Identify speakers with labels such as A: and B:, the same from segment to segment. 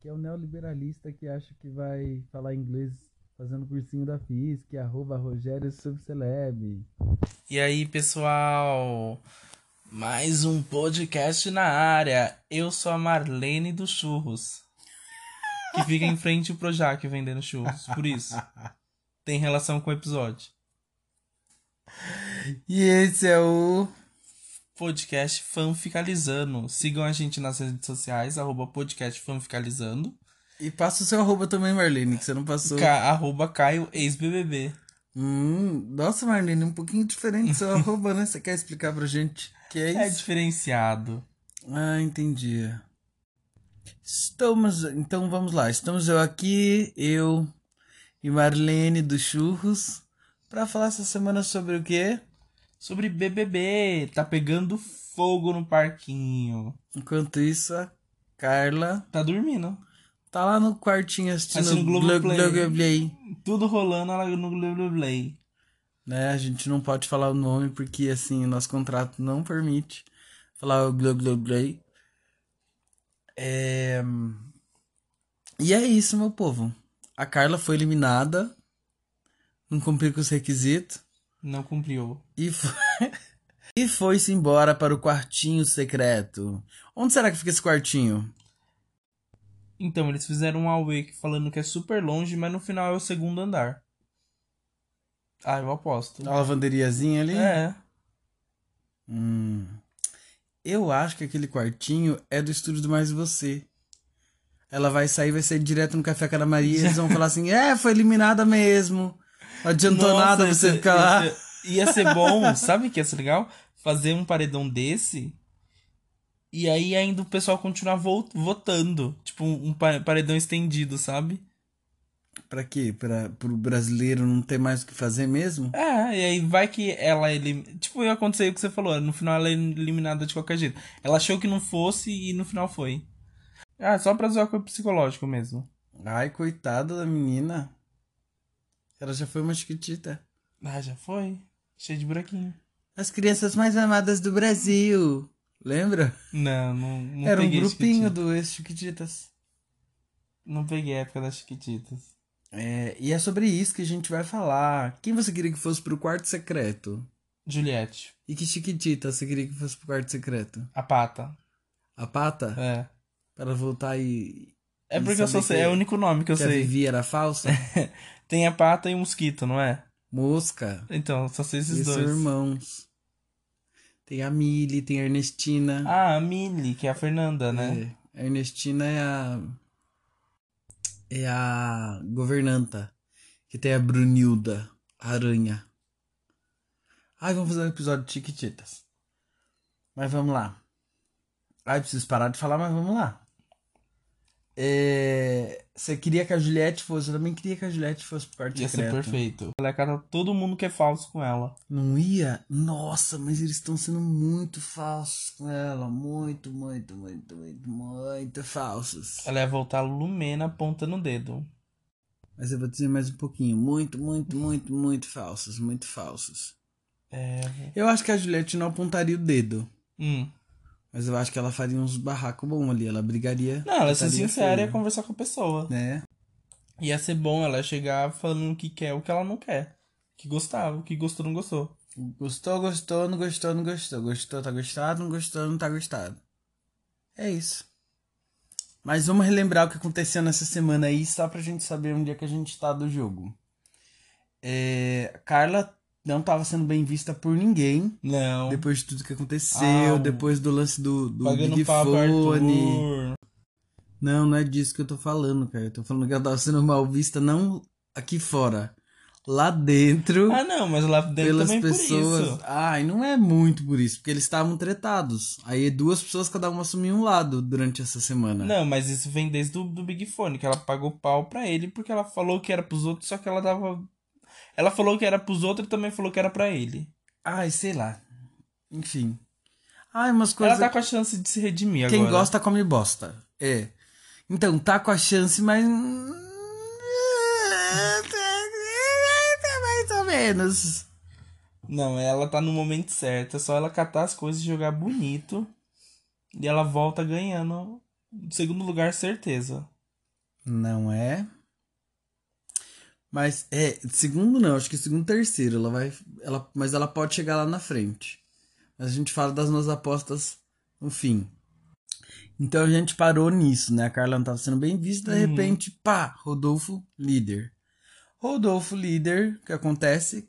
A: que é o neoliberalista que acha que vai falar inglês fazendo cursinho da FISC, arroba Rogério Subceleb.
B: E aí, pessoal? Mais um podcast na área. Eu sou a Marlene dos Churros. Que fica em frente pro Projac vendendo churros. Por isso. Tem relação com o episódio.
C: E esse é o.
B: Podcast Fanficalizando. Sigam a gente nas redes sociais, arroba podcast fanficalizando.
C: E passa o seu arroba também, Marlene, que você não passou.
B: Ca arroba Caio ex-BBB.
C: Hum, nossa, Marlene, um pouquinho diferente seu arroba, né? Você quer explicar pra gente o que é
B: É
C: isso?
B: diferenciado.
C: Ah, entendi. Estamos. Então vamos lá. Estamos eu aqui, eu e Marlene do Churros, pra falar essa semana sobre o quê?
B: Sobre BBB. Tá pegando fogo no parquinho.
C: Enquanto isso, a Carla
B: Tá dormindo.
C: tá lá no quartinho assistindo
B: Assistindo
C: Glo-
B: Globoplay.
C: Globoplay.
B: Tudo rolando ela no Blue Blue Play.
C: né? A gente não pode falar o nome porque, assim, o nosso contrato não permite falar o Glo Glo Glo. É... E é isso, meu povo. A Carla foi eliminada, não cumpriu com os requisitos
B: Não cumpriu.
C: e foi... e foi-se embora para o quartinho secreto. Onde será que fica esse quartinho?
B: Então, eles fizeram um awake falando que é super longe, mas no final é o segundo andar. Ah, eu aposto.
C: A lavanderiazinha ali?
B: É.
C: Hum. Eu acho que aquele quartinho é do estúdio do Mais Você. Ela vai sair, vai ser direto no Café Cara Maria. Eles vão falar assim: é, foi eliminada mesmo. Não adiantou
B: Nossa,
C: nada você
B: esse-
C: ficar lá.
B: esse- Ia ser bom, sabe o que ia ser legal? Fazer um paredão desse. E aí ainda o pessoal continuar vo- votando. Tipo, um pa- paredão estendido, sabe?
C: Pra quê? Pra, pro brasileiro não ter mais o que fazer mesmo?
B: É, e aí vai que ela elim... Tipo, ia acontecer o que você falou. No final ela é eliminada de qualquer jeito. Ela achou que não fosse e no final foi. Ah, só pra zoar com o psicológico mesmo.
C: Ai, coitada da menina. Ela já foi uma chiquitita.
B: Ah, já foi. Cheio de buraquinho.
C: As crianças mais amadas do Brasil. Lembra?
B: Não, não, não
C: Era um
B: peguei
C: grupinho
B: Chiquititas.
C: do ex-chiquititas.
B: Não peguei a época das Chiquititas.
C: É, e é sobre isso que a gente vai falar. Quem você queria que fosse pro quarto secreto?
B: Juliette,
C: E que chiquitita você queria que fosse pro quarto secreto?
B: a pata.
C: A pata?
B: É.
C: Pra ela voltar e.
B: É
C: E
B: porque eu só
C: saber
B: sei,
C: que-
B: é o único nome que eu
C: que a
B: sei. É.
C: Vivi era falsa?
B: Tem a pata e o mosquito, não é?
C: Mosca.
B: Então, eu só sei esses
C: e é
B: dois.
C: seus irmãos. Tem a Mili, tem a Ernestina.
B: Ah, a Millie, que é a Fernanda, né?
C: É, a Ernestina é a. É a governanta. Que tem a Brunilda, a aranha. Ai, vamos fazer um episódio de Chiquititas. Mas vamos lá. Ai, preciso parar de falar, mas vamos lá. É, Você queria que a Juliette fosse? Eu também queria que a Juliette fosse pro quarto
B: Ia ser
C: secreto.
B: perfeito. Ela cata todo mundo que é falso com ela.
C: Não ia? Nossa, mas eles estão sendo muito falsos com ela. Muito, muito, muito, muito, muito falsos.
B: Ela ia voltar Lumena ponta no dedo.
C: Mas eu vou dizer mais um pouquinho. Muito, muito, muito, muito falsos. Muito falsos.
B: É.
C: Eu acho que a Juliette não apontaria o dedo.
B: Hum.
C: Mas eu acho que ela faria uns barracos bons ali. Ela brigaria.
B: Não, ela ia ser
C: trataria
B: sincera e ia
C: feio,
B: conversar com a pessoa.
C: Né?
B: Ia ser bom ela chegar falando o que quer, o que ela não quer. O que gostava, o que gostou, não gostou.
C: Gostou, gostou, não gostou, não gostou. Gostou, tá gostado, não gostou, não tá gostado. É isso. Mas vamos relembrar o que aconteceu nessa semana aí, só pra gente saber onde é que a gente tá do jogo. É, Carla não tava sendo bem vista por ninguém.
B: Não.
C: Depois de tudo que aconteceu,
B: Ah, o-
C: depois do lance do, do
B: Pagando
C: Big
B: papo,
C: Fone.
B: Arthur.
C: Não, não é disso que eu tô falando, cara. Eu tô falando que ela tava sendo mal vista, não aqui fora. Lá dentro,
B: Ah, não, mas lá dentro
C: pelas
B: também é por
C: pessoas.
B: isso.
C: Ai, não é muito por isso, porque eles estavam tretados. Aí duas pessoas, cada uma assumiu um lado durante essa semana.
B: Não, mas isso vem desde o do Big Fone, que ela pagou pau pra ele porque ela falou que era pros outros, só que ela tava. Ela falou que era pros outros e também falou que era pra ele.
C: Ai, sei lá. Enfim. Ai, umas
B: Ela
C: coisas.
B: tá com a chance de se redimir
C: Quem
B: agora.
C: gosta come bosta. É. Então, tá com a chance, mas. hum, tá Mais ou menos.
B: Não, ela tá no momento certo. É só ela catar as coisas e jogar bonito. E ela volta ganhando. Segundo lugar, certeza.
C: Não é. Mas é, segundo não, acho que segundo, terceiro, ela vai, ela, mas ela pode chegar lá na frente. Mas a gente fala das nossas apostas no fim. Então a gente parou nisso, né? A Carla não tava sendo bem vista, de
B: Uhum.
C: repente, pá, Rodolfo líder. Rodolfo líder, o que acontece?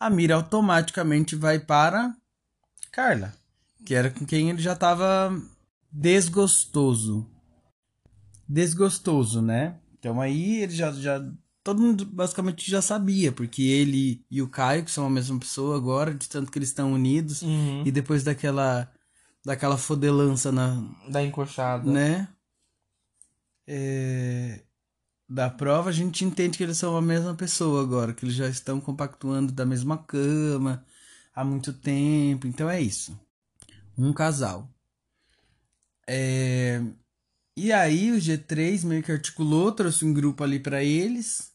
C: A mira automaticamente vai para Carla, que era com quem ele já tava desgostoso. Desgostoso, né? Então aí ele já, já todo mundo basicamente já sabia, porque ele e o Caio, que são a mesma pessoa agora, de tanto que eles estão unidos,
B: Uhum.
C: e depois daquela daquela fodelança na,
B: Da encoxada.
C: né? É, Da prova a gente entende que eles são a mesma pessoa agora, que eles já estão compactuando da mesma cama há muito tempo. Então é isso. Um casal. É, E aí o G3 meio que articulou, trouxe um grupo ali pra eles,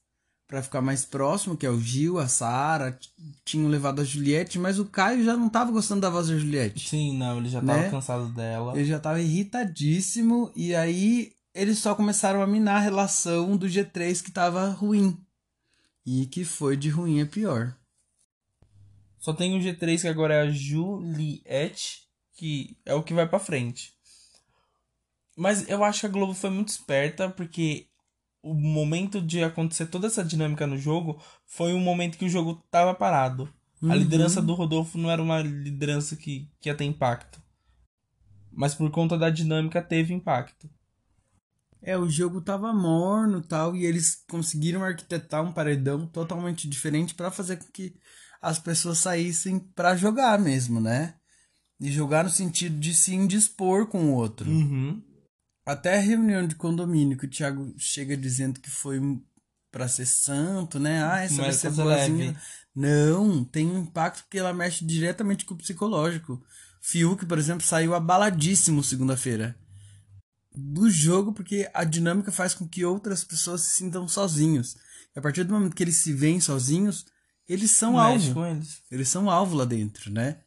C: pra ficar mais próximo, que é o Gil, a Sara, t- tinham levado a Juliette, mas o Caio já não tava gostando da voz da Juliette.
B: Sim, não, ele já tava
C: Né?
B: cansado dela.
C: Ele já tava irritadíssimo e aí eles só começaram a minar a relação do G3 que tava ruim. E que foi de ruim a pior.
B: Só tem o G3 que agora é a Juliette, que é o que vai pra frente. Mas eu acho que a Globo foi muito esperta, porque o momento de acontecer toda essa dinâmica no jogo foi um momento que o jogo tava parado.
C: Hum.
B: A liderança do Rodolfo não era uma liderança que, que ia ter impacto. Mas por conta da dinâmica teve impacto.
C: É, o jogo tava morno e tal, e eles conseguiram arquitetar um paredão totalmente diferente pra fazer com que as pessoas saíssem pra jogar mesmo, né? E jogar no sentido de se indispor com o outro.
B: Uhum.
C: Até a reunião de condomínio que o Thiago chega dizendo que foi pra ser santo, né? Ah, essa vai
B: Mas
C: ser
B: coisa
C: boazinha.
B: leve.
C: Não, tem um impacto porque ela mexe diretamente com o psicológico. Fiuk, por exemplo, saiu abaladíssimo segunda-feira do jogo porque a dinâmica faz com que outras pessoas se sintam sozinhos. E a partir do momento que eles se veem sozinhos, eles são
B: Mexe
C: alvo.
B: com eles.
C: Eles são alvo lá dentro, né?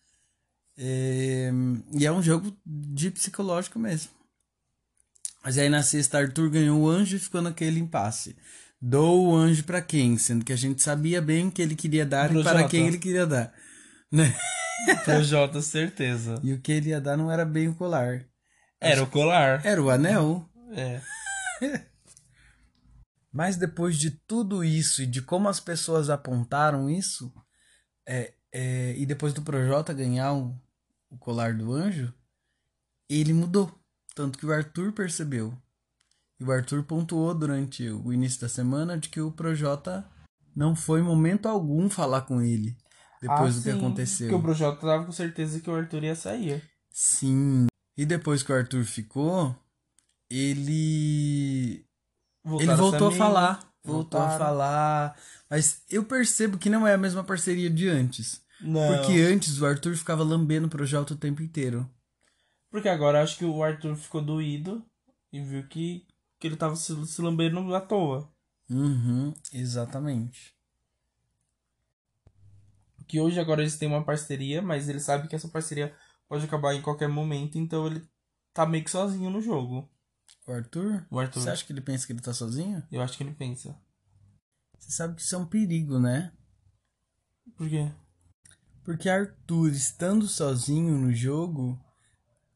C: É, E é um jogo de psicológico mesmo. Mas aí na sexta, Arthur ganhou o anjo e ficou naquele impasse. Dou o anjo pra quem? Sendo que a gente sabia bem que ele queria dar e
B: Pro
C: para
B: Jota.
C: quem ele queria dar. né?
B: Pro Jota, certeza.
C: E o que ele ia dar não era bem o colar.
B: Era o colar.
C: Era o anel.
B: É.
C: Mas depois de tudo isso e de como as pessoas apontaram isso, é, é, e depois do Projota ganhar o, o colar do anjo, ele mudou. Tanto que o Arthur percebeu. E o Arthur pontuou durante o início da semana de que o Projota não foi em momento algum falar com ele depois
B: Ah,
C: do que
B: sim,
C: aconteceu.
B: Porque o Pro Jota tava com certeza que o Arthur ia sair.
C: Sim. E depois que o Arthur ficou, ele
B: Voltaram
C: ele
B: né? a
C: voltou a
B: ser
C: falar.
B: amigo,
C: Voltou a
B: voltaram.
C: falar. Mas eu percebo que não é a mesma parceria de antes.
B: Não.
C: Porque antes o Arthur ficava lambendo o projeto o tempo inteiro.
B: Porque agora eu acho que o Arthur ficou doído e viu que, que ele tava se, se lambendo à toa.
C: Uhum, exatamente.
B: Que hoje agora eles têm uma parceria, mas ele sabe que essa parceria pode acabar em qualquer momento, então ele tá meio que sozinho no jogo.
C: O Arthur?
B: O Arthur.
C: Você acha que ele pensa que ele tá sozinho?
B: Eu acho que ele pensa.
C: Você sabe que isso é um perigo, né?
B: Por quê?
C: Porque Arthur estando sozinho no jogo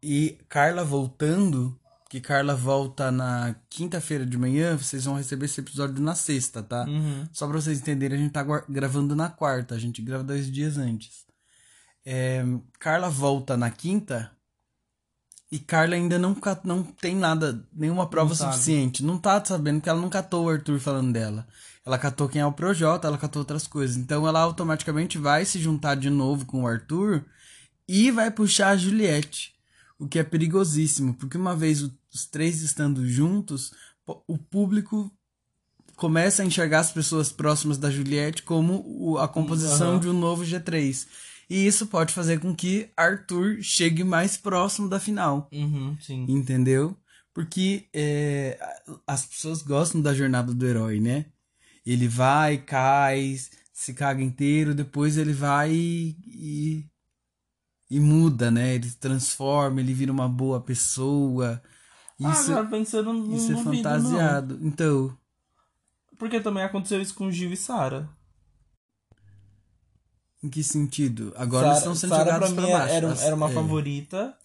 C: e Carla voltando, que Carla volta na quinta-feira de manhã, vocês vão receber esse episódio na sexta, tá?
B: Uhum.
C: Só pra vocês entenderem, a gente tá guar- gravando na quarta, a gente grava dois dias antes. É, Carla volta na quinta e Carla ainda não, ca- não tem nada, nenhuma prova
B: sabe.
C: suficiente. Não tá sabendo que ela não catou o Arthur falando dela. Ela catou quem é o Projota, ela catou outras coisas. Então ela automaticamente vai se juntar de novo com o Arthur e vai puxar a Juliette. O que é perigosíssimo, porque uma vez o- os três estando juntos, po- o público começa a enxergar as pessoas próximas da Juliette como o- a composição
B: aham.
C: de um novo G3. E isso pode fazer com que Arthur chegue mais próximo da final,
B: Uhum, sim.
C: entendeu? Porque é, a- as pessoas gostam da jornada do herói, né? Ele vai, cai, se caga inteiro, depois ele vai e, e, e muda, né? Ele se transforma, ele vira uma boa pessoa. Isso,
B: ah, cara, pensando no,
C: isso é
B: no vídeo, não.
C: fantasiado. Então,
B: Porque também aconteceu isso com Gil e Sara.
C: em que sentido? Agora eles estão sendo jogados pra, baixo.
B: Era, um-
C: mas-
B: era uma
C: é.
B: favorita.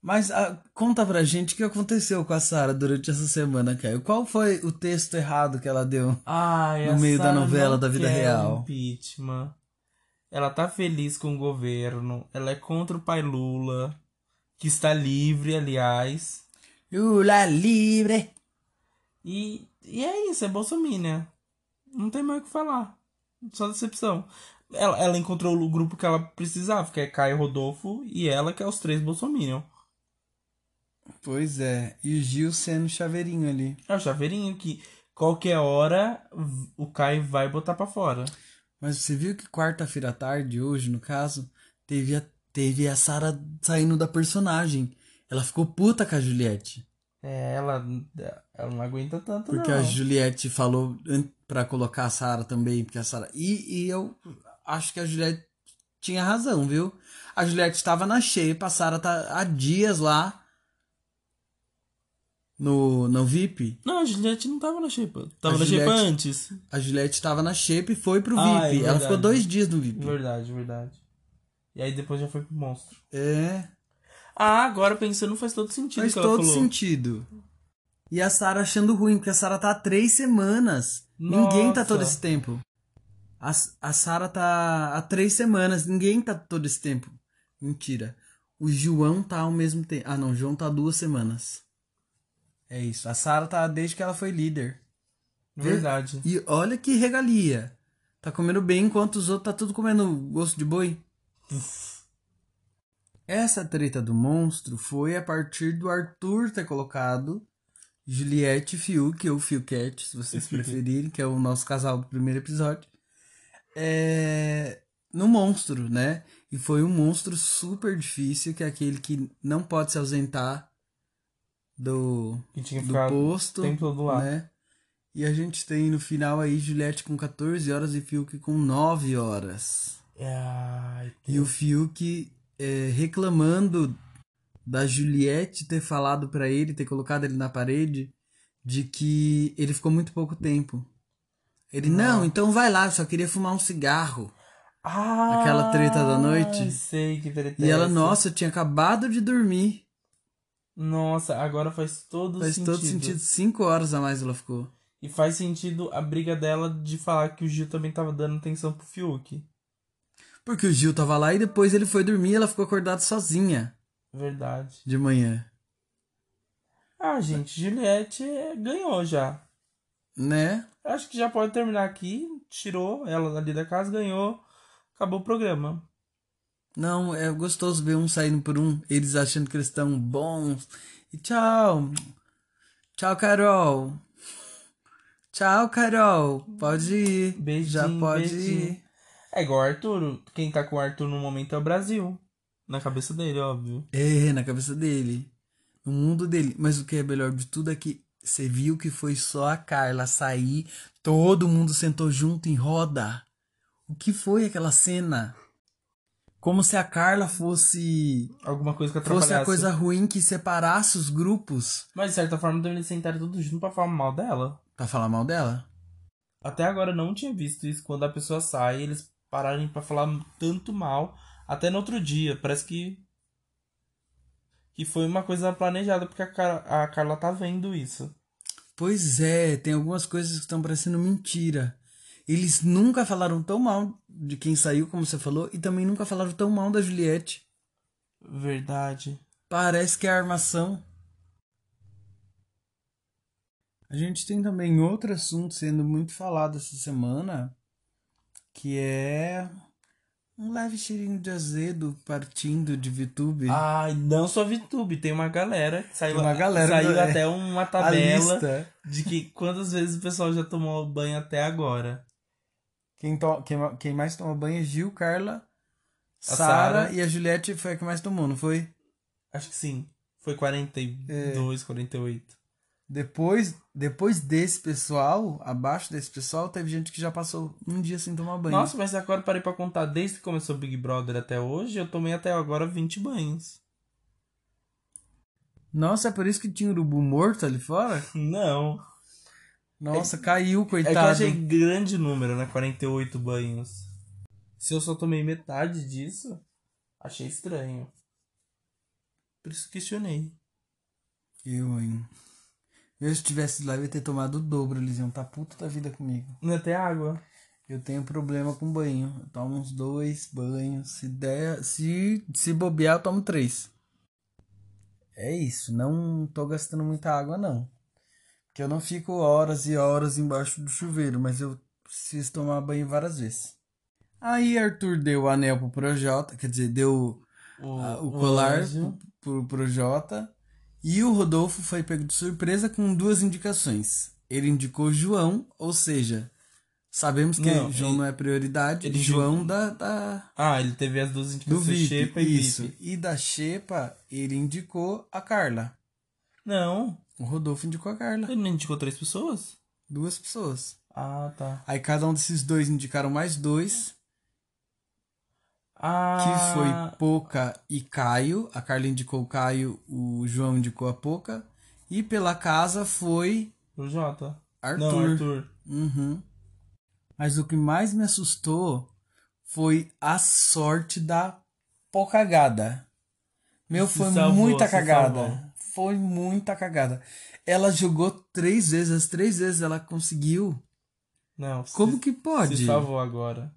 C: Mas ah, conta pra gente o que aconteceu com a Sarah durante essa semana, Caio. Qual foi o texto errado que ela deu?
B: Ai,
C: No
B: a
C: meio da
B: Sarah
C: novela
B: não
C: da vida
B: quer
C: real.
B: Impeachment. Ela tá feliz com o governo. Ela é contra o pai Lula, que está livre, aliás.
C: Lula livre!
B: E, e é isso, é Bolsonaro. Não tem mais o que falar. Só decepção. Ela, ela encontrou o grupo que ela precisava, que é Caio Rodolfo e ela, que é os três Bolsominion.
C: Pois é, e o Gil sendo chaveirinho ali.
B: É o chaveirinho que qualquer hora v- o Caio vai botar pra fora.
C: Mas você viu que quarta-feira à tarde, hoje no caso, teve a, teve a Sarah saindo da personagem. Ela ficou puta com a Juliette.
B: É, ela, ela não aguenta tanto,
C: Porque
B: não.
C: a Juliette falou an- pra colocar a Sarah também, porque a Sarah. E, e eu acho que a Juliette tinha razão, viu? A Juliette estava na shape, a Sarah tá há dias lá no, no VIP.
B: Não, a Juliette não tava na Xepa. Tava
C: A
B: na Xepa
C: Juliette-
B: antes.
C: A Juliette estava na shape e foi pro
B: Ah, é
C: VIP. Ela
B: verdade.
C: ficou dois dias no VIP.
B: Verdade, verdade. E aí depois já foi pro monstro.
C: É.
B: Ah, agora pensando faz todo sentido
C: Faz
B: que ela
C: todo
B: falou.
C: sentido. E a Sarah achando ruim, porque a Sarah tá há três semanas. Ninguém tá
B: Nossa.
C: todo esse tempo. A, a Sarah tá há três semanas. Ninguém tá todo esse tempo. Mentira. O João tá ao mesmo tempo. Ah, não. O João tá há duas semanas. É isso. A Sarah tá desde que ela foi líder.
B: Verdade.
C: E olha que regalia. Tá comendo bem enquanto os outros tá tudo comendo gosto de boi. Essa treta do monstro foi a partir do Arthur ter colocado Juliette e Fiuk, ou Fiuquette, se vocês preferirem, que é o nosso casal do primeiro episódio, é, no monstro, né? E foi um monstro super difícil, que é aquele que não pode se ausentar do,
B: Que tinha
C: do
B: ficado
C: posto,
B: o tempo todo lá.
C: né? E a gente tem no final aí Juliette com 14 horas e Fiuk com 9 horas.
B: É, Ai,
C: E o Fiuk é, reclamando da Juliette ter falado pra ele, ter colocado ele na parede, de que ele ficou muito pouco tempo. Ele, não, então vai lá, eu só queria fumar um cigarro.
B: Ah,
C: Aquela treta da noite.
B: Sei que treta
C: E
B: é
C: ela,
B: essa.
C: nossa, eu tinha acabado de dormir.
B: Nossa, agora faz todo
C: Faz
B: sentido.
C: todo sentido, 5 horas a mais ela ficou.
B: E faz sentido a briga dela de falar que o Gil também tava dando atenção pro Fiuk.
C: Porque o Gil tava lá e depois ele foi dormir e ela ficou acordada sozinha
B: Verdade.
C: de manhã,
B: Ah, gente, Juliette é, ganhou já.
C: né?
B: Acho que já pode terminar aqui. Tirou ela ali da casa, ganhou. Acabou o programa.
C: Não, é gostoso ver um saindo por um, eles achando que eles estão bons. E tchau. Tchau, Carol. Tchau, Carol. Pode ir.
B: Beijinho,
C: Já pode
B: beijinho.
C: ir.
B: É igual o Arthur. Quem tá com o Arthur no momento é o Brasil. Na cabeça dele, óbvio.
C: É, na cabeça dele. No mundo dele. Mas o que é melhor de tudo é que você viu que foi só a Carla sair, todo mundo sentou junto em roda. O que foi aquela cena? Como se a Carla fosse
B: Alguma coisa que atrapalhasse.
C: fosse a coisa ruim que separasse os grupos
B: Mas de certa forma também eles sentaram todos juntos pra falar mal dela.
C: Pra falar mal dela.
B: Até agora eu não tinha visto isso quando a pessoa sai, eles pararem pra falar tanto mal, até no outro dia. Parece que que foi uma coisa planejada porque a, Car- a Carla tá vendo isso.
C: Pois é, tem algumas coisas que estão parecendo mentira. Eles nunca falaram tão mal de quem saiu, como você falou, e também nunca falaram tão mal da Juliette.
B: Verdade.
C: Parece que é armação. A gente tem também outro assunto sendo muito falado essa semana, que é um leve cheirinho de azedo partindo de VTube.
B: Ai, não só VTube, tem uma galera que saiu,
C: Tem uma galera,
B: saiu
C: né?
B: até uma
C: A
B: tabela
C: lista.
B: de que quantas vezes o pessoal já tomou banho até agora.
C: Quem, to- quem, ma- quem mais tomou banho é Gil, Carla, Sara
B: A Sara.
C: e a Juliette foi a que mais tomou, não foi?
B: Acho que sim. Foi
C: É.
B: 42, 48.
C: Depois, depois desse pessoal, abaixo desse pessoal, teve gente que já passou um dia sem tomar banho.
B: Nossa, mas agora eu parei pra contar. Desde que começou o Big Brother até hoje, eu tomei até agora 20 banhos.
C: Nossa, é por isso que tinha urubu morto ali fora?
B: Não.
C: Nossa, caiu,
B: É que eu
C: coitado.
B: achei grande número, né? 48 banhos. Se eu só tomei metade disso, achei estranho. Por isso questionei.
C: Eu, hein. Eu, se tivesse lá, eu ia ter tomado o dobro. Eles iam tá puto da vida comigo.
B: Não é até água?
C: Eu tenho problema com banho. Eu tomo uns dois banhos. Se der, se, se bobear, eu tomo três. É isso. Não tô gastando muita água, não. Porque eu não fico horas e horas embaixo do chuveiro, mas eu preciso tomar banho várias vezes. Aí Arthur deu o anel pro Projota, quer dizer, deu
B: O,
C: ah, o colar
B: anjo.
C: pro, pro Jota. E o Rodolfo foi pego de surpresa com duas indicações. Ele indicou João, ou seja, sabemos que
B: Não,
C: João
B: ele-
C: não é prioridade.
B: ele-
C: João da, da-
B: Ah, ele teve as duas
C: do
B: indicações,
C: VIP.
B: Xepa e
C: isso.
B: VIP.
C: E da Xepa, ele indicou a Carla.
B: Não,
C: O Rodolfo indicou a Carla.
B: ele não indicou três pessoas?
C: Duas pessoas.
B: Ah, tá.
C: Aí cada um desses dois indicaram mais dois, que
B: Ah,
C: foi Poca e Caio. A Carla indicou o Caio, o João indicou a Poca. E pela casa foi
B: foi o Jota.
C: Arthur.
B: Não, Arthur.
C: Uhum. Mas o que mais me assustou foi a sorte da pô cagada. Meu,
B: Se
C: foi
B: salvou,
C: muita
B: se
C: cagada.
B: salvou.
C: Foi muita cagada. Ela jogou três vezes, as três vezes ela conseguiu.
B: Não,
C: Como que pode?
B: Se salvou agora.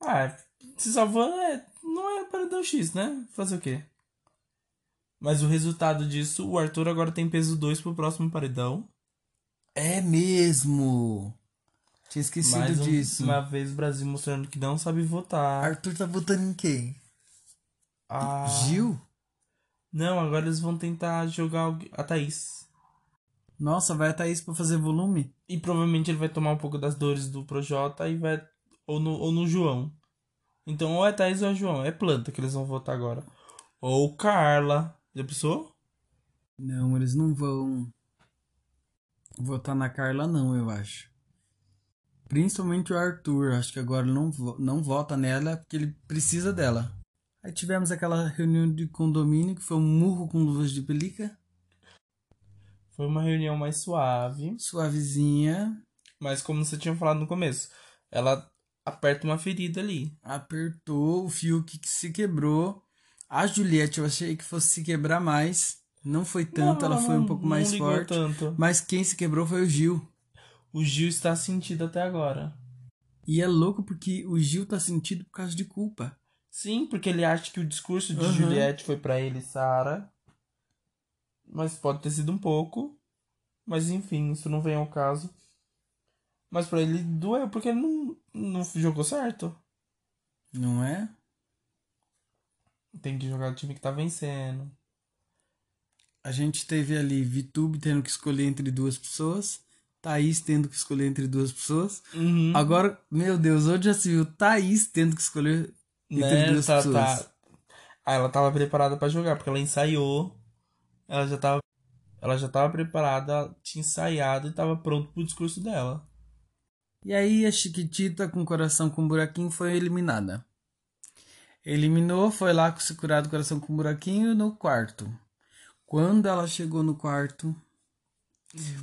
B: Ah, se salvou é, não era para dar o X, né? Fazer o quê? Mas o resultado disso, o Arthur agora tem peso 2 pro próximo paredão.
C: É mesmo. Tinha esquecido
B: Mais um-
C: disso.
B: uma vez o Brasil mostrando que não sabe votar.
C: Arthur tá votando em quem?
B: Ah,
C: Gil?
B: Não, agora eles vão tentar jogar algu- a Thaís.
C: Nossa, vai a Thaís pra fazer volume?
B: E provavelmente ele vai tomar um pouco das dores do Projota e vai. Ou no, ou no João. Então, ou é Thaís ou é João. É planta que eles vão votar agora. Ou Carla. Já pensou?
C: Não, eles não vão votar na Carla, não, eu acho. Principalmente o Arthur, acho que agora não, vo- não vota nela porque ele precisa dela. Aí tivemos aquela reunião de condomínio que foi um murro com luvas de pelica,
B: Foi uma reunião mais suave.
C: suavezinha,
B: Mas como você tinha falado no começo, ela aperta uma ferida ali.
C: apertou o fio que se quebrou. A Juliette eu achei que fosse se quebrar mais, não foi tanto,
B: Não,
C: ela foi um
B: não-
C: pouco
B: não
C: mais
B: ligou
C: forte.
B: tanto.
C: Mas quem se quebrou foi o Gil.
B: O Gil está sentido até agora.
C: E é louco porque o Gil tá sentido por causa de culpa.
B: Sim, porque ele acha que o discurso de
C: Aham.
B: Juliette foi pra ele, Sara. Mas pode ter sido um pouco. Mas enfim, isso não vem ao caso. Mas pra ele doeu, porque ele não, não jogou certo.
C: Não é?
B: Tem que jogar o time que tá vencendo.
C: A gente teve ali Vitube tendo que escolher entre duas pessoas, Thaís tendo que escolher entre duas pessoas.
B: Uhum.
C: Agora, meu Deus, onde já se viu Thaís tendo que escolher entre duas
B: tá,
C: pessoas?
B: tá. Ah, ela tava preparada pra jogar, porque ela ensaiou. Ela já tava. Ela já tava preparada, ela tinha ensaiado e tava pronto pro discurso dela.
C: E aí a Chiquitita com o coração com um buraquinho foi eliminada. Eliminou, foi lá com se curado coração com um buraquinho no quarto. Quando ela chegou no quarto,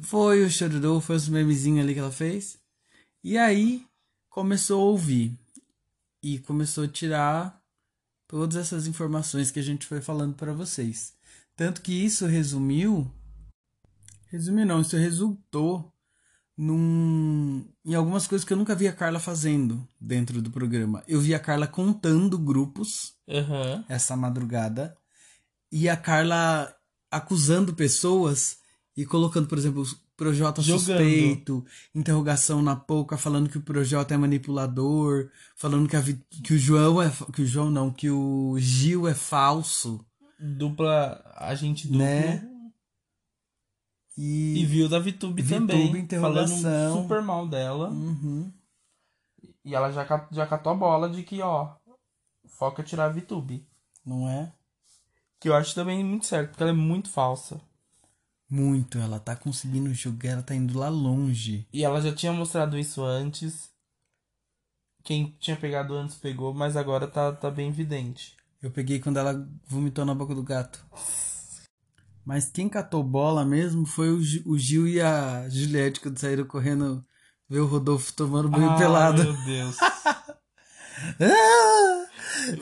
C: foi o chororô, foi os memezinhos ali que ela fez. E aí começou a ouvir e começou a tirar todas essas informações que a gente foi falando para vocês. Tanto que isso resumiu resumiu não, isso resultou num, em algumas coisas que eu nunca vi a Carla fazendo dentro do programa. Eu vi a Carla contando grupos
B: Aham.
C: essa madrugada e a Carla acusando pessoas e colocando, por exemplo, o Projota
B: Jogando.
C: suspeito, interrogação na pouca, falando que o Projota é manipulador, falando que, a Vi- que o João é. fa- que o João não, que o Gil é falso.
B: Dupla. Agente duplo.
C: Né?
B: E
C: E.
B: viu da VTube
C: VTube,
B: também.
C: interrogação.
B: Falando super mal dela.
C: Uhum.
B: E ela já, ca- já catou a bola de que, ó. Foca tirar a VTube.
C: Não é?
B: Que eu acho também muito certo, porque ela é muito falsa.
C: Muito, ela tá conseguindo jogar, ela tá indo lá longe.
B: E ela já tinha mostrado isso antes. Quem tinha pegado antes pegou, mas agora tá, tá bem evidente.
C: Eu peguei quando ela vomitou na boca do gato. Mas quem catou bola mesmo foi o, Gi- o Gil e a Juliette, quando saíram correndo ver o Rodolfo tomando banho
B: Ah,
C: pelado.
B: Meu Deus.
C: Ah!
B: O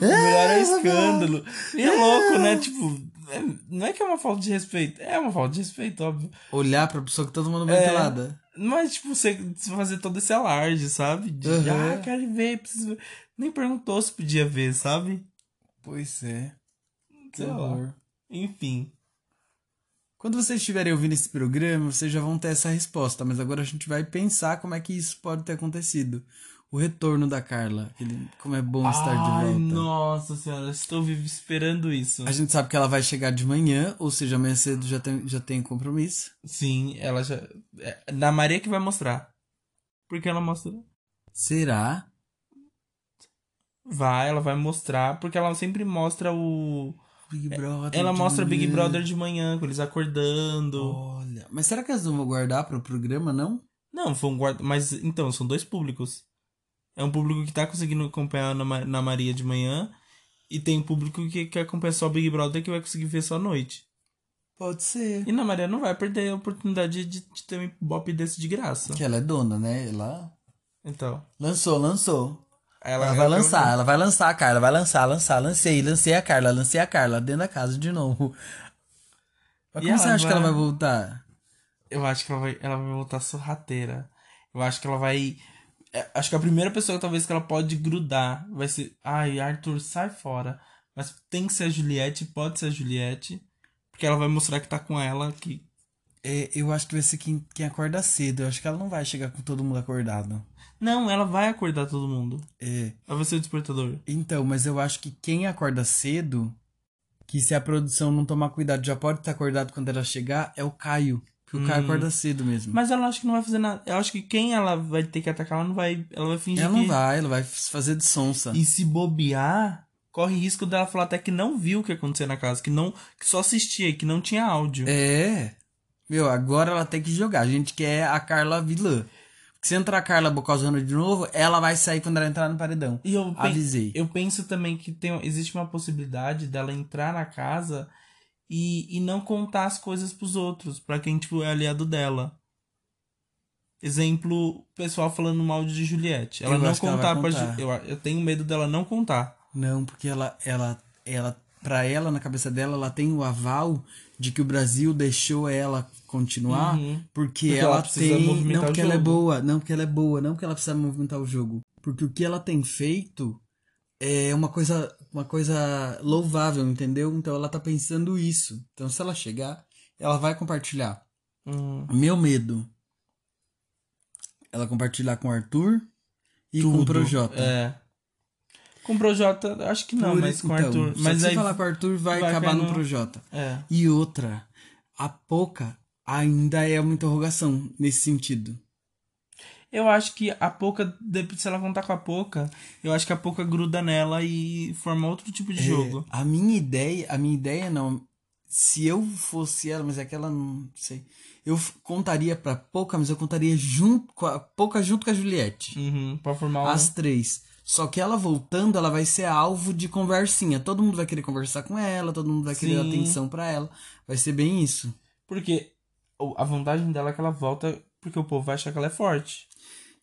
B: melhor é o escândalo. E é louco, né? Tipo, é- não é que é uma falta de respeito. É uma falta de respeito, óbvio.
C: Olhar pra pessoa que tá tomando banho
B: É.
C: pelada.
B: Mas, tipo, você você fazer todo esse alarde, sabe? De,
C: Uhum.
B: ah, quero ver, preciso ver. Nem perguntou se podia ver, sabe?
C: Pois é. Que
B: Sei lá.
C: horror.
B: Enfim.
C: Quando vocês estiverem ouvindo esse programa, vocês já vão ter essa resposta, mas agora a gente vai pensar como é que isso pode ter acontecido. O retorno da Carla, aquele- como é bom estar de
B: Ai,
C: volta.
B: nossa senhora, estou vivo esperando isso.
C: A gente sabe que ela vai chegar de manhã, ou seja, amanhã cedo já tem, já tem compromisso.
B: Sim, ela já. É, da Maria que vai mostrar. Porque ela mostra.
C: Será?
B: Vai, ela vai mostrar. Porque ela sempre mostra o.
C: Big Brother.
B: É, Ela
C: de
B: mostra Big
C: manhã.
B: Brother de manhã, com eles acordando.
C: né? Olha, mas será que elas não vão guardar para o programa, não?
B: Não, foi um guarda. Mas então, são dois públicos. É um público que tá conseguindo acompanhar na, Ma- na Maria de manhã. E tem um público que quer acompanhar só o Big Brother que vai conseguir ver só à noite.
C: Pode ser.
B: E na Maria não vai perder a oportunidade de, de ter um bop desse de graça.
C: Que ela é dona, né? Ela
B: Então.
C: lançou, lançou.
B: Ela, é
C: Ela, vai lançar, ela vai lançar a Carla, vai lançar, lançar, lancei, lancei a Carla, lancei a Carla dentro da casa de novo. Mas
B: E
C: como
B: ela
C: você acha que ela
B: vai-
C: vai voltar?
B: Eu acho que ela vai, ela vai voltar sorrateira. Eu acho que ela vai. é, Acho que a primeira pessoa talvez que ela pode grudar vai ser. Ai, Arthur, sai fora. Mas tem que ser a Juliette, pode ser a Juliette. Porque ela vai mostrar que tá com ela, que.
C: É, eu acho que vai ser quem, quem acorda cedo. Eu acho que ela não vai chegar com todo mundo acordado.
B: Não, ela vai acordar todo mundo.
C: É.
B: Ela vai ser o despertador.
C: Então, mas eu acho que quem acorda cedo, que se a produção não tomar cuidado, já pode estar acordado quando ela chegar, é o Caio. Porque o Caio
B: Hum.
C: acorda cedo mesmo.
B: Mas ela acho que não vai fazer nada. Eu acho que quem ela vai ter que atacar, ela não vai. Ela vai fingir
C: ela não
B: que.
C: vai, ela vai se fazer de sonsa.
B: E se bobear, corre risco dela falar até que não viu o que aconteceu na casa, que não. Que só assistia, que não tinha áudio.
C: É. Meu, agora ela tem que jogar. A gente quer a Carla vilã. Porque se entrar a Carla Bocosano de novo, ela vai sair quando ela entrar no paredão.
B: E eu, pen-
C: Avisei.
B: eu penso também que tem, existe uma possibilidade dela entrar na casa e, e não contar as coisas pros outros, pra quem tipo, é aliado dela. Exemplo, o pessoal falando mal de Juliette. Ela
C: Eu
B: não
C: acho que ela
B: contar,
C: vai
B: pra Ju-
C: contar.
B: eu, eu tenho medo dela não contar.
C: Não, porque ela, ela, ela, pra ela, na cabeça dela, ela tem o aval de que o Brasil deixou ela continuar
B: Uhum.
C: porque,
B: Porque
C: ela,
B: ela precisa
C: tem.
B: movimentar
C: Não porque
B: o
C: ela é
B: jogo.
C: boa, não porque ela é boa, não porque ela precisa movimentar o jogo. Porque o que ela tem feito é uma coisa, uma coisa louvável, entendeu? Então ela tá pensando isso. Então se ela chegar, ela vai compartilhar.
B: Hum.
C: Meu medo. Ela compartilhar com o Arthur e com o
B: Tudo.
C: Projota.
B: É. Com o Projota, acho que não,
C: Por-
B: mas com o
C: então,
B: Arthur.
C: só que
B: Mas
C: se
B: aí.
C: falar com o Arthur, vai,
B: vai
C: acabar
B: cair
C: no
B: no-
C: Projota.
B: É.
C: E outra, a Poca ainda é uma interrogação nesse sentido.
B: Eu acho que a Poca, de- se ela contar com a Poca, eu acho que a Poca gruda nela e forma outro tipo de jogo.
C: É, a minha ideia, a minha ideia não. Se eu fosse ela, mas é que ela não sei. Eu f- contaria pra Poca, mas eu contaria junto com a Poca junto com a Juliette.
B: Uhum, pra formar um.
C: As três. Só que ela voltando, ela vai ser alvo de conversinha. Todo mundo vai querer conversar com ela, todo mundo vai querer dar
B: Sim.
C: atenção pra ela. Vai ser bem isso.
B: Porque o- a vantagem dela é que ela volta porque o povo vai achar que ela é forte.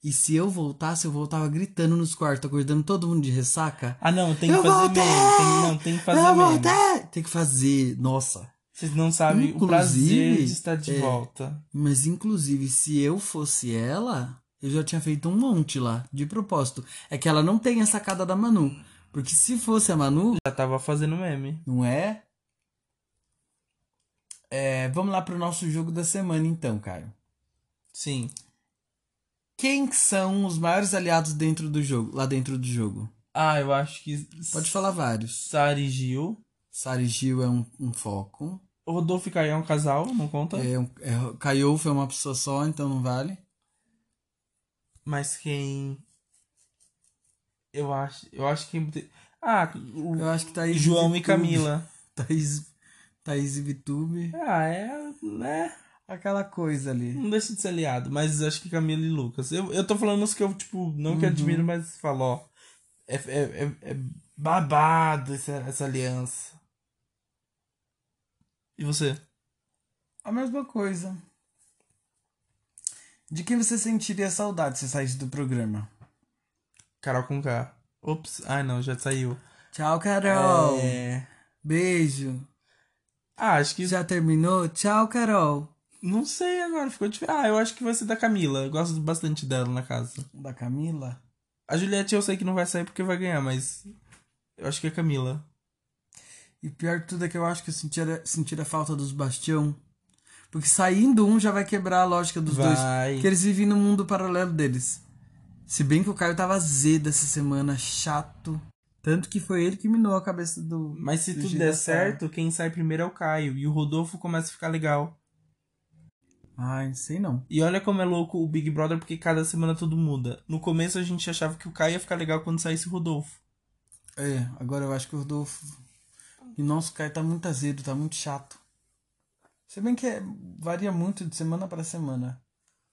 C: E se eu voltasse, eu voltava gritando nos quartos, acordando todo mundo de ressaca.
B: Ah, não, tem que
C: Eu
B: fazer
C: voltei!
B: meme. Tem, não, tem que fazer
C: eu
B: meme.
C: voltei! Tem que fazer, nossa.
B: Vocês não sabem o
C: Inclusive,
B: prazer de estar de
C: é.
B: volta.
C: Mas inclusive, se eu fosse ela, eu já tinha feito um monte lá, de propósito. É que ela não tem a sacada da Manu. Porque se fosse a Manu,
B: Já tava fazendo meme.
C: não é? É, vamos lá pro nosso jogo da semana então, Caio.
B: Sim.
C: Quem que são os maiores aliados dentro do jogo, lá dentro do jogo?
B: Ah, eu acho que.
C: Pode falar vários.
B: Sari e Gil.
C: Sari Gil é um, um foco.
B: Rodolfo e Caio é um casal, não conta?
C: É, um- é, Caiu foi uma pessoa só, então não vale.
B: Mas quem. Eu acho. Eu acho que. Ah, o
C: Eu acho que Thaís.
B: João e
C: Vitube-
B: Camila.
C: Thaís, Thaís e Vitube.
B: Ah, é. né?
C: Aquela coisa ali.
B: Não deixa de ser aliado, mas acho que Camila e Lucas. Eu, eu tô falando uns que eu, tipo, não que admiro, mas falo, ó. É, é, é, é babado essa, essa aliança. E você?
C: A mesma coisa. De quem você sentiria saudade se saísse do programa?
B: Carol com K. Ops, ai não, já saiu.
C: Tchau, Carol.
B: É...
C: Beijo.
B: Ah, acho que.
C: Já terminou? Tchau, Carol.
B: Não sei agora, ficou diferente. Ah, eu acho que vai ser da Camila. Eu gosto bastante dela na casa.
C: Da Camila?
B: A Juliette eu sei que não vai sair porque vai ganhar, mas. Eu acho que é a Camila.
C: E pior de tudo é que eu acho que eu sentira, sentira falta dos Bastião. Porque saindo um já vai quebrar a lógica dos
B: Vai.
C: dois. Que eles vivem no mundo paralelo deles. Se bem que o Caio tava azedo essa semana, chato. Tanto que foi ele que minou a cabeça do.
B: Mas se tudo
C: Gigi
B: der
C: da Sara.
B: certo, quem sai primeiro é o Caio. E o Rodolfo começa a ficar legal.
C: Ai, sei não.
B: E olha como é louco o Big Brother, porque cada semana tudo muda. No começo a gente achava que o Caio ia ficar legal quando saísse o Rodolfo.
C: É, agora eu acho que o Rodolfo. E nosso Caio tá muito azedo, tá muito chato. Se bem que é- varia muito de semana pra semana.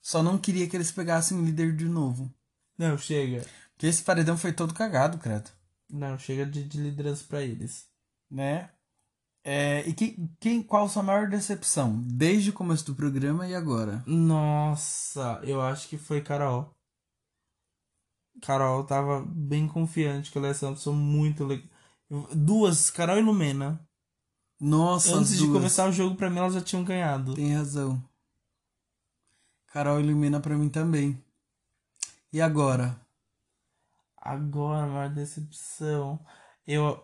C: Só não queria que eles pegassem o líder de novo.
B: Não, chega.
C: Porque esse paredão foi todo cagado, credo.
B: Não, chega de, de liderança pra eles.
C: né? É, e que, quem, qual sua maior decepção? Desde o começo do programa e agora?
B: Nossa, eu acho que foi Carol. Carol tava bem confiante que ela ia ser uma pessoa muito legal. Duas, Carol e Lumena.
C: Nossa,
B: Antes
C: as
B: de
C: duas.
B: começar o jogo, pra mim, elas já tinham ganhado.
C: Tem razão. Carol ilumina pra mim também. E agora?
B: Agora, a maior decepção. Eu,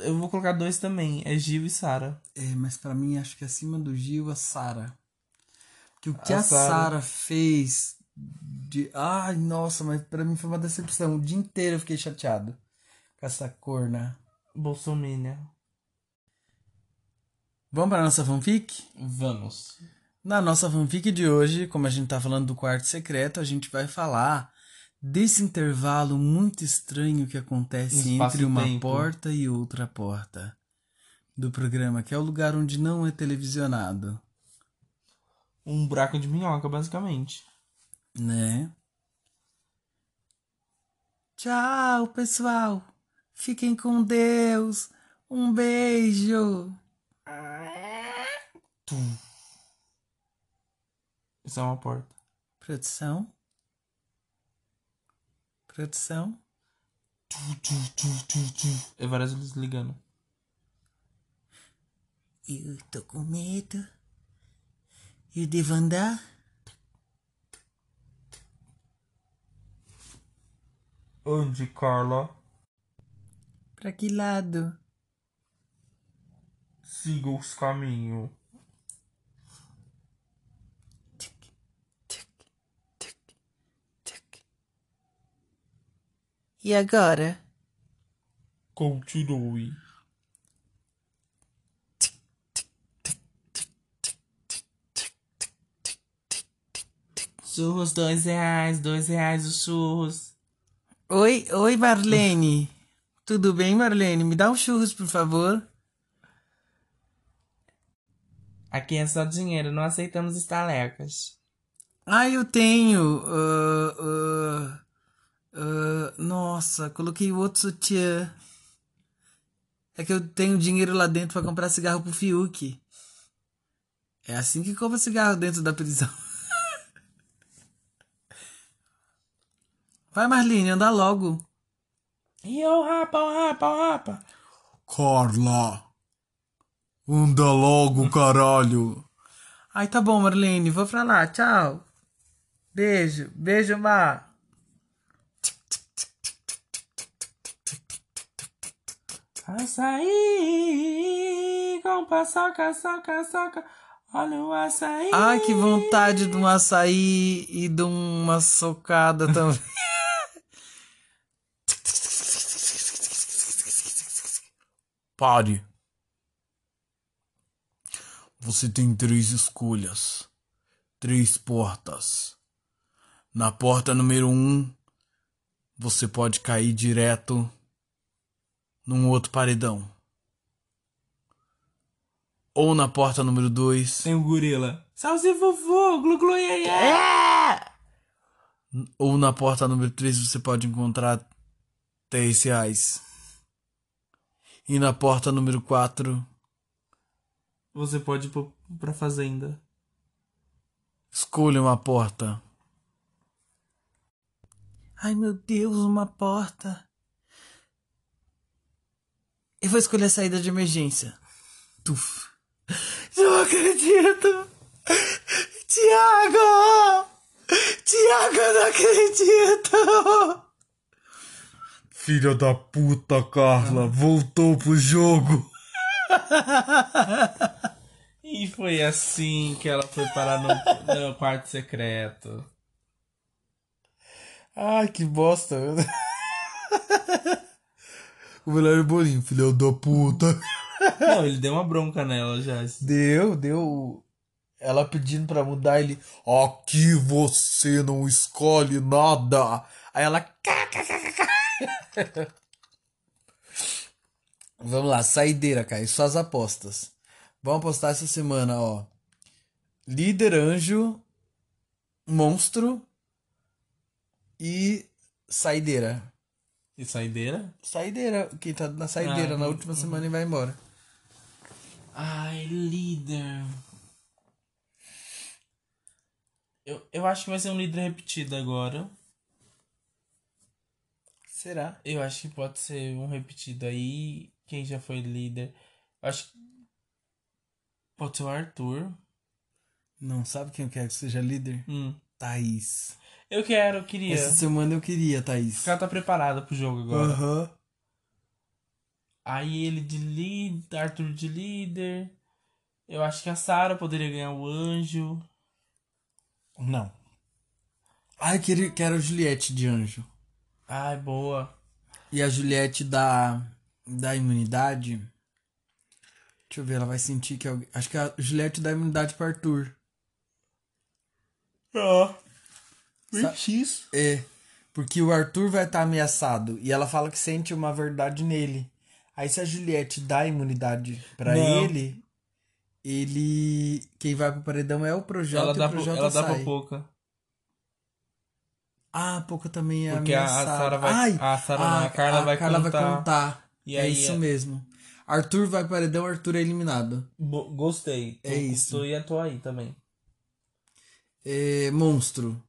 B: eu vou colocar dois também. É Gil e Sara.
C: É, mas pra mim acho que acima do Gil a Sara. Porque o que
B: A
C: a,
B: Sara.
C: Sara fez de ai, nossa, mas pra mim foi uma decepção. O dia inteiro eu fiquei chateado com essa né? corna.
B: Bolsominion.
C: Vamos pra nossa fanfic?
B: Vamos.
C: Na nossa fanfic de hoje, como a gente tá falando do quarto secreto, a gente vai falar desse intervalo muito estranho que acontece
B: Espaço
C: entre
B: e
C: uma
B: tempo.
C: porta e outra porta do programa, que é o lugar onde não é televisionado,
B: Um buraco de minhoca, basicamente.
C: né? Tchau, pessoal. Fiquem com Deus. Um beijo.
B: Isso é uma porta.
C: Produção. Produção.
B: É várias luzes ligando.
C: Eu tô com medo. Eu devo andar?
B: Onde, Carla?
C: Pra que lado?
B: Siga os caminhos.
C: E agora?
B: Continue. Churros, dois reais, dois reais os churros.
C: Oi, oi, Marlene. Tudo bem, Marlene? Me dá um churros, por favor.
B: Aqui é só dinheiro, não aceitamos estalecas.
C: Ah, eu tenho. ah, ah, ah, nossa, coloquei o outro sutiã. É que eu tenho dinheiro lá dentro pra comprar cigarro pro Fiuk. É assim que compra cigarro dentro da prisão. Vai, Marlene, anda logo.
B: E o rapa, o rapa, o rapa.
C: Carla! Anda logo, caralho! Ai, tá bom, Marlene, vou pra lá, tchau! Beijo, beijo, Má!
B: Açaí, com paçoca, soca, soca. Olha o açaí.
C: Ai, que vontade de um açaí e de uma socada também. Pare. Você tem três escolhas, três portas. Na porta número um, você pode cair direto num outro paredão. Ou na porta número dois.
B: Tem o gorila. Salve, vovô, glu, glu, iê, iê.
C: Ou na porta número 3 você pode encontrar 10 reais. E na porta número 4,
B: Você pode ir pro pra fazenda?
C: Escolha uma porta. Ai meu Deus, uma porta. Eu vou escolher a saída de emergência. Tuf. Não acredito! Tiago! Tiago, eu não acredito! Filha da puta, Carla, voltou pro jogo!
B: E foi assim que ela foi parar no, no quarto secreto.
C: Ai, que bosta. o Guilherme Bolinho, filho da puta.
B: Não, ele deu uma bronca nela já.
C: Deu, deu. Ela pedindo pra mudar ele. Aqui você não escolhe nada. Aí ela. Vamos lá, saideira, Caio. Suas apostas. Vamos apostar essa semana, ó. Líder Anjo, Monstro e Saideira.
B: E saideira?
C: Saideira, quem tá na saideira
B: Ah,
C: na última semana e vai embora.
B: Ai, líder. Eu, eu acho que vai ser um líder repetido agora.
C: Será?
B: Eu acho que pode ser um repetido aí. Quem já foi líder? Eu acho que. Pode ser o Arthur.
C: Não sabe quem eu quero que seja líder?
B: Hum.
C: Thaís.
B: Eu quero, eu queria.
C: Essa semana eu queria, Thaís.
B: O cara tá preparado pro jogo agora.
C: Aham.
B: Aí ele de líder, Arthur de líder. Eu acho que a Sarah poderia ganhar o anjo.
C: Não. Ah, eu queria, quero a Juliette de anjo.
B: Ai, boa.
C: E a Juliette da, da imunidade. Deixa eu ver, ela vai sentir que alguém. Acho que é a Juliette dá imunidade pro Arthur.
B: Ó.
C: Sa-
B: X.
C: É, porque o Arthur vai estar ameaçado e ela fala que sente uma verdade nele. Aí se a Juliette dá imunidade pra
B: Não.
C: ele, ele quem vai pro paredão é o Projota
B: Ela
C: e
B: dá,
C: o
B: pro,
C: Projota
B: ela dá
C: sai.
B: pra pouca.
C: Ah, a Poca também é
B: Porque a- a
C: ameaçada.
B: Sara vai-
C: Ai,
B: a Sara não, a Carla vai contar.
C: contar.
B: E
C: é
B: aí
C: isso
B: é-
C: mesmo. Arthur vai pro paredão, Arthur é eliminado.
B: Bo- gostei.
C: É
B: Eu-
C: isso.
B: Tô e a tua aí também.
C: É, monstro.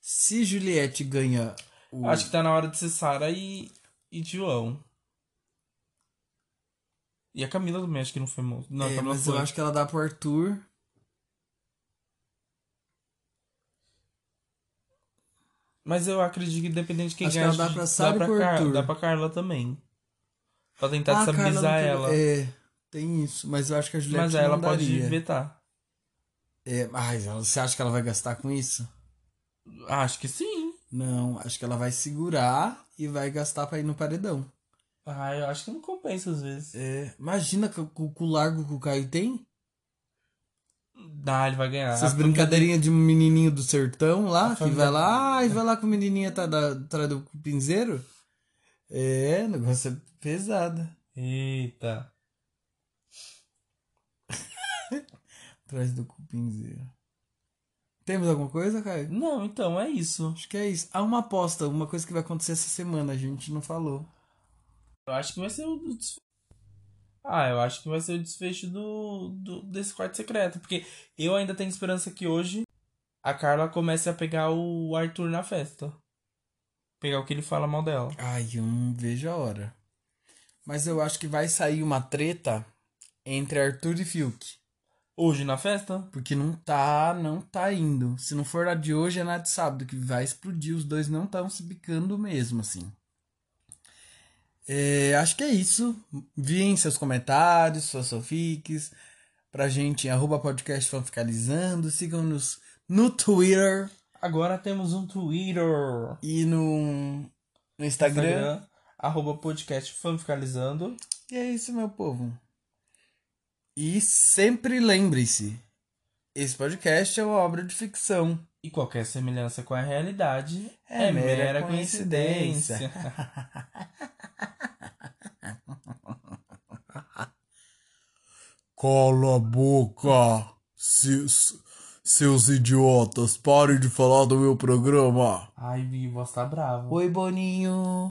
C: Se Juliette ganha o
B: Acho que tá na hora de ser Sarah e, e João. E a Camila também, acho que não foi muito. Não, tá a
C: É,
B: Camila
C: mas
B: foi.
C: eu acho que ela dá pro Arthur.
B: Mas eu acredito que independente de quem
C: Acho que
B: ganhar,
C: ela dá pra
B: dá
C: Sarah e
B: pra,
C: pro Arthur.
B: dá pra Carla também. Pra tentar
C: Ah, Carla
B: destabilizar
C: não quer-
B: Tá ela.
C: É, tem isso, mas eu acho que a Juliette
B: Mas aí ela
C: não
B: pode
C: daria.
B: vetar.
C: É, mas ela- você acha que ela vai gastar com isso?
B: Acho que sim.
C: Não, acho que ela vai segurar e vai gastar pra ir no paredão.
B: Ah, eu acho que não compensa às vezes.
C: É, imagina com com o cu largo que o Caio tem.
B: Ah, ele vai ganhar.
C: Essas
B: A
C: brincadeirinhas de um menininho do sertão lá,
B: A
C: que vai
B: família-
C: lá, e vai lá com o menininho atrás da- atrás do pinzeiro. É, o negócio é pesado.
B: Eita.
C: Atrás do pinzeiro. Temos alguma coisa, Caio?
B: Não, então é isso.
C: Acho que é isso. Há uma aposta, uma coisa que vai acontecer essa semana, a gente não falou.
B: Eu acho que vai ser o desfecho. Ah, eu acho que vai ser o desfecho do, do- desse quarto secreto. Porque eu ainda tenho esperança que hoje a Carla comece a pegar o Arthur na festa. Pegar o que ele fala mal dela.
C: Ai, eu não vejo a hora. Mas eu acho que vai sair uma treta entre Arthur e Fiuk.
B: Hoje na festa?
C: Porque não tá, não tá indo. Se não for a de hoje, é na de sábado, que vai explodir. Os dois não estão se bicando mesmo, assim. É, acho que é isso. Viem seus comentários, suas sofiques. Pra gente, em arroba podcast fanficalizando. Sigam-nos no Twitter
B: Agora temos um Twitter.
C: e no, no Instagram.
B: Instagram, arroba podcast fanficalizando.
C: E é isso, meu povo. E sempre lembre-se: esse podcast é uma obra de ficção.
B: E qualquer semelhança com a realidade
C: É
B: é,
C: mera
B: mera,
C: coincidência.
B: coincidência.
D: Cala a boca, seus, seus idiotas. Parem de falar do meu programa.
B: Ai, Vivo, você tá bravo.
C: Oi, Boninho.